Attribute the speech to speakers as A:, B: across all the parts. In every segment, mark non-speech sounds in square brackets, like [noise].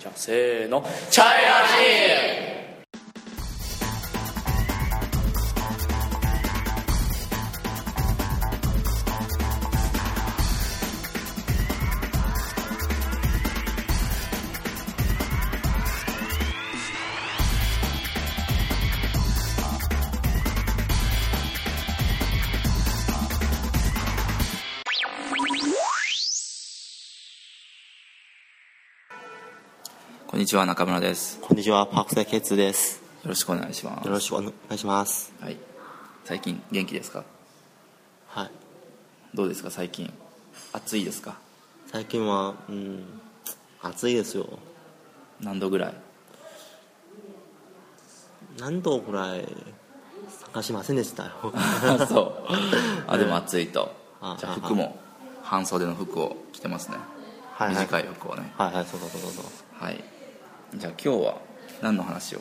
A: じゃあせーのチャイラ
B: こんにちは中村ですよ
C: こんにちは、パークセケツです。
B: ろしくお願いします
C: よろしくお願いします。
B: はい最近元気ですか
C: はい。
B: どうですか最近暑いですか
C: 最近は、うん、暑いですよ。
B: 何度ぐ
C: [laughs]
B: らい
C: 何度ぐらい探しませんで [laughs] したよ。
B: あそうあでも暑いと
C: あ
B: じゃあ
C: あ
B: 服も半袖の服を着てますね
C: はいはい
B: 短い服をね
C: はいはい、そうそうそうそう。
B: はいじゃあ今日は何の話を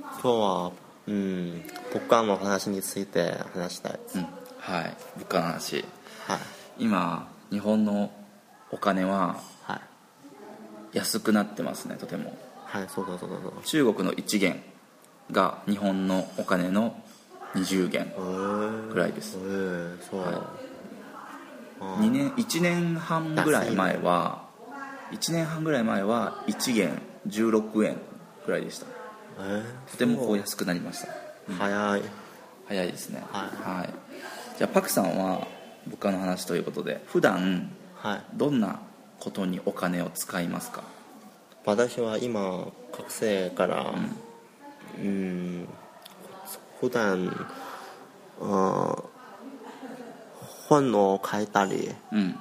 C: 今日は、うん、ポッカーの話について話したい。
B: うんはい物価の話
C: はい。
B: 今日本のお金は
C: はい。
B: 安くなってますねとても
C: はい、そうそうそうそう
B: 中国の1元が日本のお金の20元
C: そう。え
B: ぐらいです
C: えー、そう。
B: はい
C: あー
B: 2年1年半ぐらい前は1年半ぐらい前は1元16円ぐらいでした
C: えー、
B: とてもこう安くなりました
C: 早い。
B: 早いですね
C: はい
B: じゃあパクさんは物価の話ということで普段
C: はい。
B: どんなことにお金を使いますか
C: 私は今学生からうん普段あ本を書いたり
B: うん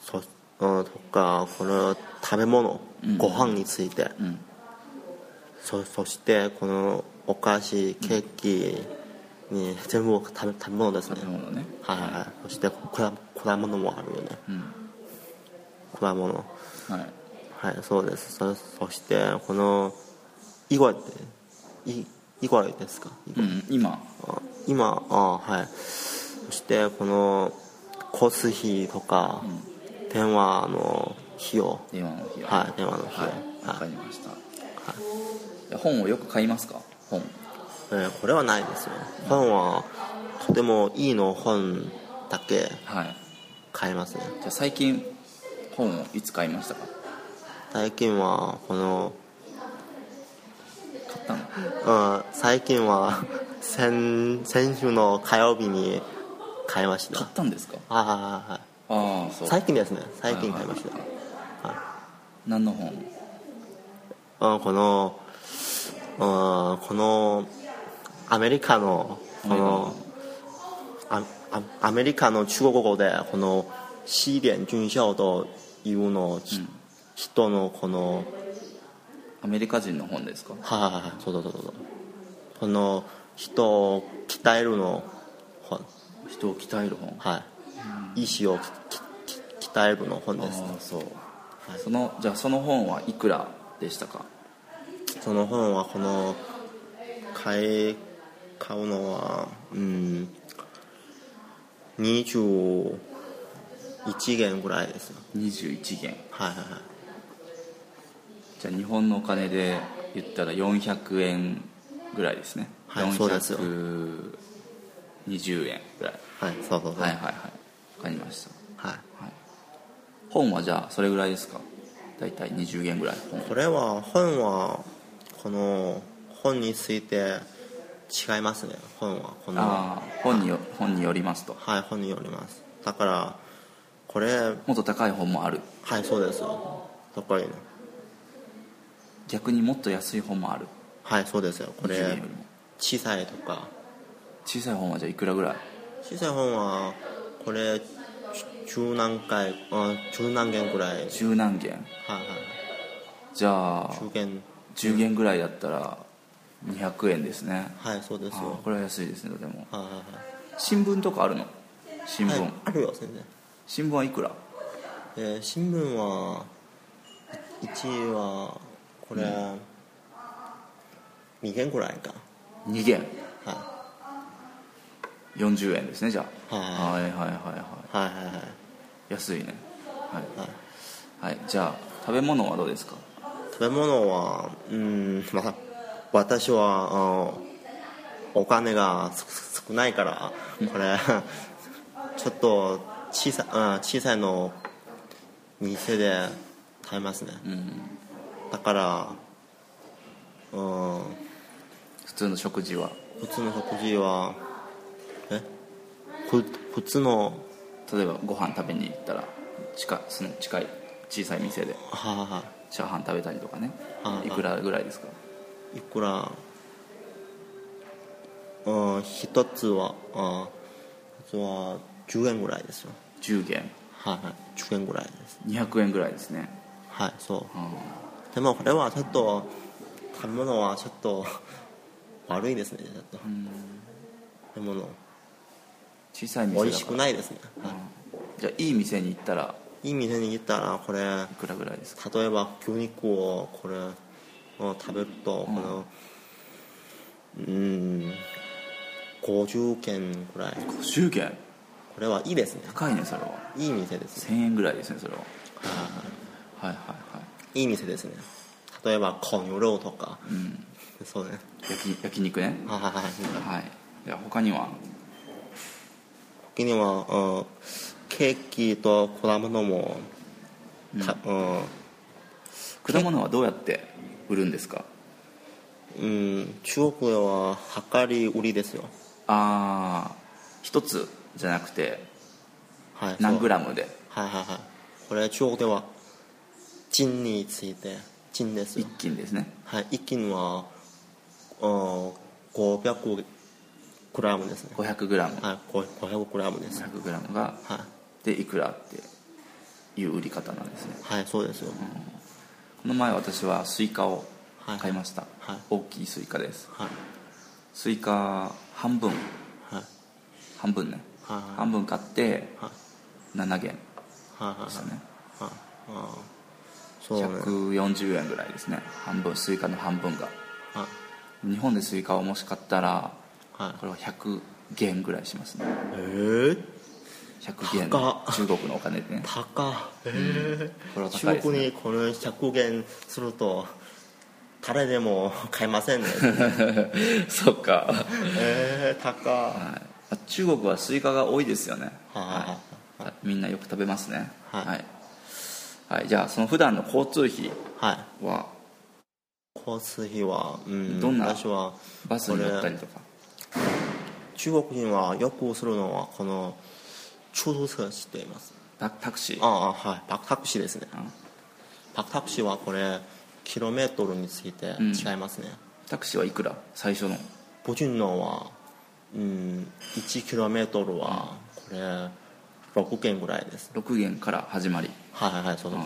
C: そ、うん、とかこの食べ物、
B: ん
C: ご飯について、
B: うん
C: そそしてこのお菓子ケーキに全部食べ食べ物ですね
B: なるほどね
C: はいはいはいそして果果物もあるよね
B: うん
C: 果物
B: はい
C: はい、そうです。そそして、この、囲碁って、い囲碁ですか囲
B: う
C: 碁
B: ん今
C: あ今、あはい。そして、この、交通費とか、電話の費用。
B: 電話の費用
C: はい、電話の
B: は
C: 費
B: い
C: 用。
B: わ
C: は
B: か
C: い
B: りました、本をよく買いますか本
C: えーこれはないですよ。本は、とてもいいの本だけ
B: はい
C: 買いますね。
B: じゃあ最近本をいつ買いましたか
C: 最近は、この、
B: 買ったの
C: うん、最近は、 [laughs] 先、先週の火曜日に買いました
B: 買。ったんですか
C: はいはいはいはい。
B: ああそう
C: 最近ですね最近買いました、
B: はいはい
C: はい
B: 何の本
C: あこのあこのアメリカのこのああアメリカの中国語でこの西点軍校というの、人のこの
B: アメリカ人の本ですか
C: はいはいはいそうそうそうそうこの人を鍛えるの本
B: 人を鍛える本
C: はい意志をきき鍛えるの本
B: あ
C: です
B: あそう、
C: はい
B: そのじゃあその本はいくらでしたか
C: その本はこの買い買うのはうん21元ぐらいですよ
B: 21元
C: はいはいはい
B: じゃあ日本のお金で言ったら400円ぐらいですね、
C: はいそうですよ
B: 420円ぐらい
C: はいそうそうそう
B: は
C: はいい、
B: はいはい分かりました本はじゃあそれぐらいですか大体20円ぐらい本
C: これは本はこの本について違いますね本はこの
B: ああ本によ本によりますと
C: はい本によりますだからこれ
B: もっと高い本もある
C: はいそうですよどこいね
B: 逆にもっと安い本もある
C: はいそうですよこ
B: 20円よ
C: れ
B: りも
C: 小さいとか
B: 小さい本はじゃあいくらぐらい
C: 小さい本はこれじゅ十何回あ十何件ぐらいはい
B: 十何元
C: はい
B: じゃあ
C: 十件
B: 10元ぐらいだったら200円ですね
C: はいそうです
B: あ
C: よ
B: ーこれは安いですねとても
C: はいは
B: 新聞とかあるの新
C: いはい
B: 聞、
C: はいあるよ先生
B: 新聞はいくら
C: えー新聞はい一位はこれ二件ぐらいか
B: 2元
C: は
B: 40円ですねじゃあ
C: は
B: はいはいはいはい
C: はいはいはい
B: 安いねはい、
C: はい
B: はい、じゃあ食べ物はどうですか
C: 食食べ物はうんまあ私はあのお金が少少ないからこれちょっと小さあ小さいの店で食べますね、だからうん
B: 普通の食事は
C: 普通の食事はえふ普通の
B: 例えばご飯食べに行ったら近その近い小さい店で
C: はいはいは
B: チャーハン食べたりとかね
C: ああ
B: いくらぐらいですか
C: いいくらうん一つはあ一つは10円ぐらいですよ
B: 10元
C: はいはい10円ぐらいです
B: 200円ぐらいですね
C: はいそう
B: あ
C: でもこれはちょっと食べ物はちょっと悪いですねちょっと食べ物
B: 小さい店だから
C: 美味しくないですね、はい
B: じゃあいい店に行ったら
C: いい店に行ったらこれ
B: いくらぐらいですか
C: 例えば牛肉をこれを食べるとこのうん50件ぐらい
B: 50元
C: これはいいですね
B: 高いねそれはい
C: い店ですね
B: 1000円ぐらいですねそれははい
C: は
B: はいはい
C: いいい店ですね例えばコンヨロとか、そうね
B: 焼き焼肉ね
C: はいはいはい
B: はいじゃあ他には
C: 時には、うんケーキと果物もたうん
B: 果物はどうやって売るんですか
C: うん、中国では量り売りですよ
B: ああ一つじゃなくて
C: はい
B: 何グ
C: らい
B: ラムで
C: はいはいはいこれ中国では斤について斤です
B: 一
C: よ
B: 斤ですね
C: はい一斤は、うん、500グラムですね
B: 500グラム
C: はい5 500グラムです
B: 500グラムが
C: はい
B: でいくらっていう売り方なんですね
C: はいそうですよ
B: この前私はスイカを
C: はい
B: 買いました、
C: はい
B: 大きいスイカです
C: はい
B: スイカ半分
C: はい
B: 半分ね、
C: はいはい
B: 半分買って
C: はい
B: 7元
C: はいはい
B: でしたね
C: はいあーそうね
B: 140円ぐらいですね半分スイカの半分が
C: はい
B: 日本でスイカをもし買ったら
C: はい
B: これは100元ぐらいしますね
C: えー、
B: 100元
C: 高っ
B: 中国のお金でね
C: 高っえー
B: これは高い
C: 中
B: です
C: 国
B: ね
C: にこの100元すると誰でも買えませんね
B: そっか、
C: えー、高っは
B: はい、中国はスイカが多いですよね
C: いは
B: みんなよく食べますね
C: はい
B: はいはいじゃあその普段の交通費
C: いはい
B: は
C: 交通費は、うん、
B: どんな
C: 私は
B: バスに乗ったりとか
C: 中国人はよくするのはこの出租車しています
B: タタクシー
C: ああはいパクタクシーですね
B: うん
C: パクタクシーはこれキロメートルについて違いますね、
B: タクシーはいくら最初の
C: ポチンノは、うん、1キロメートルはこれ6件ぐらいです
B: 6元から始まり
C: はいはいはいそうそう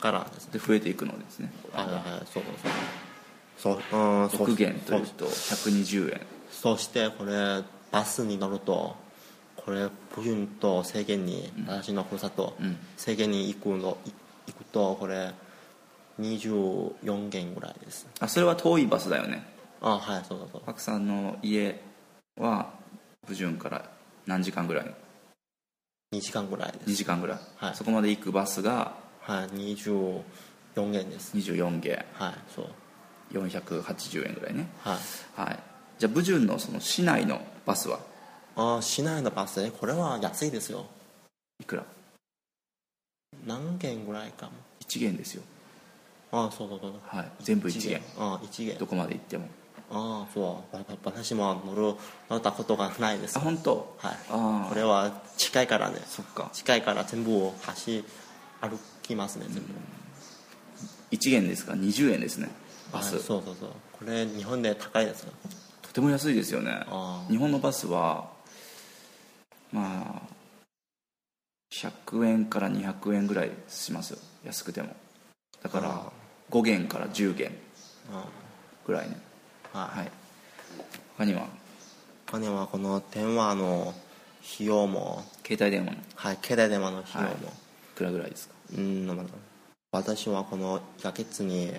C: からです
B: で
C: ね
B: 増えていくのですね
C: はいはいはいそうそうそううんそ
B: 6元という
C: そ
B: と120円
C: そしてこれバスに乗るとこれポチンと制限に、私のふるさと、
B: ん
C: 制限に行くのい行くとこれ24件ぐらいです
B: あそれは遠いバスだよね
C: あはいそうそうそう
B: パクさんの家は不順から何時間ぐらい
C: 2時間ぐらいで
B: 2
C: す
B: 時間ぐらい、
C: はい
B: そこまで行くバスが
C: はい24件です
B: 24元
C: はいそう
B: 480円ぐらいね
C: はい
B: はいじゃあブジュンのその市内のバスは
C: ああ市内のバスねこれは安いですよ
B: いくら
C: 何軒ぐらいかも
B: 1元ですよ
C: ああそうそうそうそう
B: はい全部1元
C: ああ1元
B: どこまで行っても
C: ああそうわわ私も乗る乗ったことがないです
B: あ本当
C: はい
B: あ
C: こ
B: あ
C: れは近いからね
B: そっか
C: 近いから全部を走歩きますね全部
B: 1元ですから20円ですねバ
C: はい
B: ス、
C: そうそうそうこれ日本で高いですよ
B: とても安いですよね
C: あ
B: 日本のバスはまあ100円から200円ぐらいします安くてもだか
C: あ
B: ら5元から10元
C: あ
B: ぐらいね
C: ああ
B: はい他には
C: お金はこの電話の費用も
B: 携帯電話のい
C: はい携帯電話の費用も、
B: くらぐらいですか
C: うんなんだろう私はこの1ヶ月に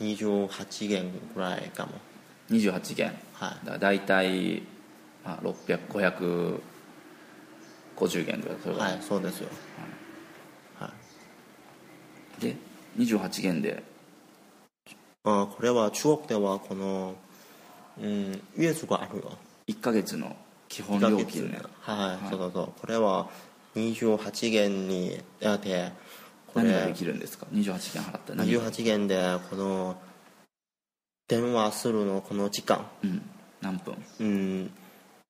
C: 28元ぐらいかも
B: 28元
C: は
B: だ
C: い
B: から大体、まあ、600550元ぐらいそれぐら、
C: はいいそうですよはい
B: で28元で
C: あこれは中国ではこの、うん、月数があるよ
B: 1ヶ月の基本
C: 一ヶ
B: 料
C: 月
B: 金ね
C: はい、そうそうそうこれは28元にやってこ
B: 何がで
C: れ
B: きるんですか28件払ったら何が
C: 28元でこの電話するのこの時間
B: うん、何分
C: うん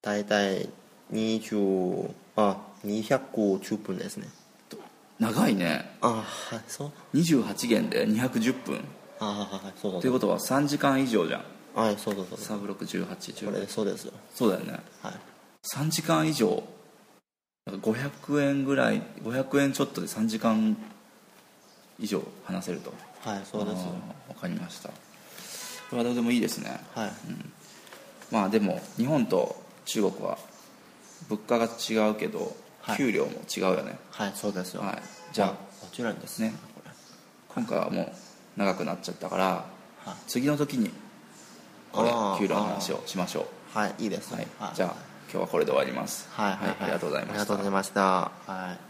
C: 大体20あ210分ですね
B: 長いね
C: あはいそう
B: 28件で210分
C: あはいはいそうそ
B: と
C: う
B: い
C: そうう
B: ことは3時間以上じゃん
C: はいそうそうそう
B: サブロック1810
C: これそうですよ
B: そうだよね
C: はい
B: 3時間以上なんか500円ぐらい500円ちょっとで3時間以上話せると
C: はいそうですよ
B: あーわかりましたこれはどうでもいいですね
C: はい
B: まあでも日本と中国は物価が違うけど、
C: はい
B: 給料も違うよね
C: はいそうですよ
B: はいじゃあ
C: もちろんです
B: ね
C: これ
B: 今回はもう長くなっちゃったから
C: はい
B: 次の時にこれ
C: あー
B: 給料の話をしましょ
C: はいいいです
B: う
C: ね
B: はいじゃあ今日はこれで終わります
C: はいはい、
B: はいありがとうございました
C: ありがとうございましたはい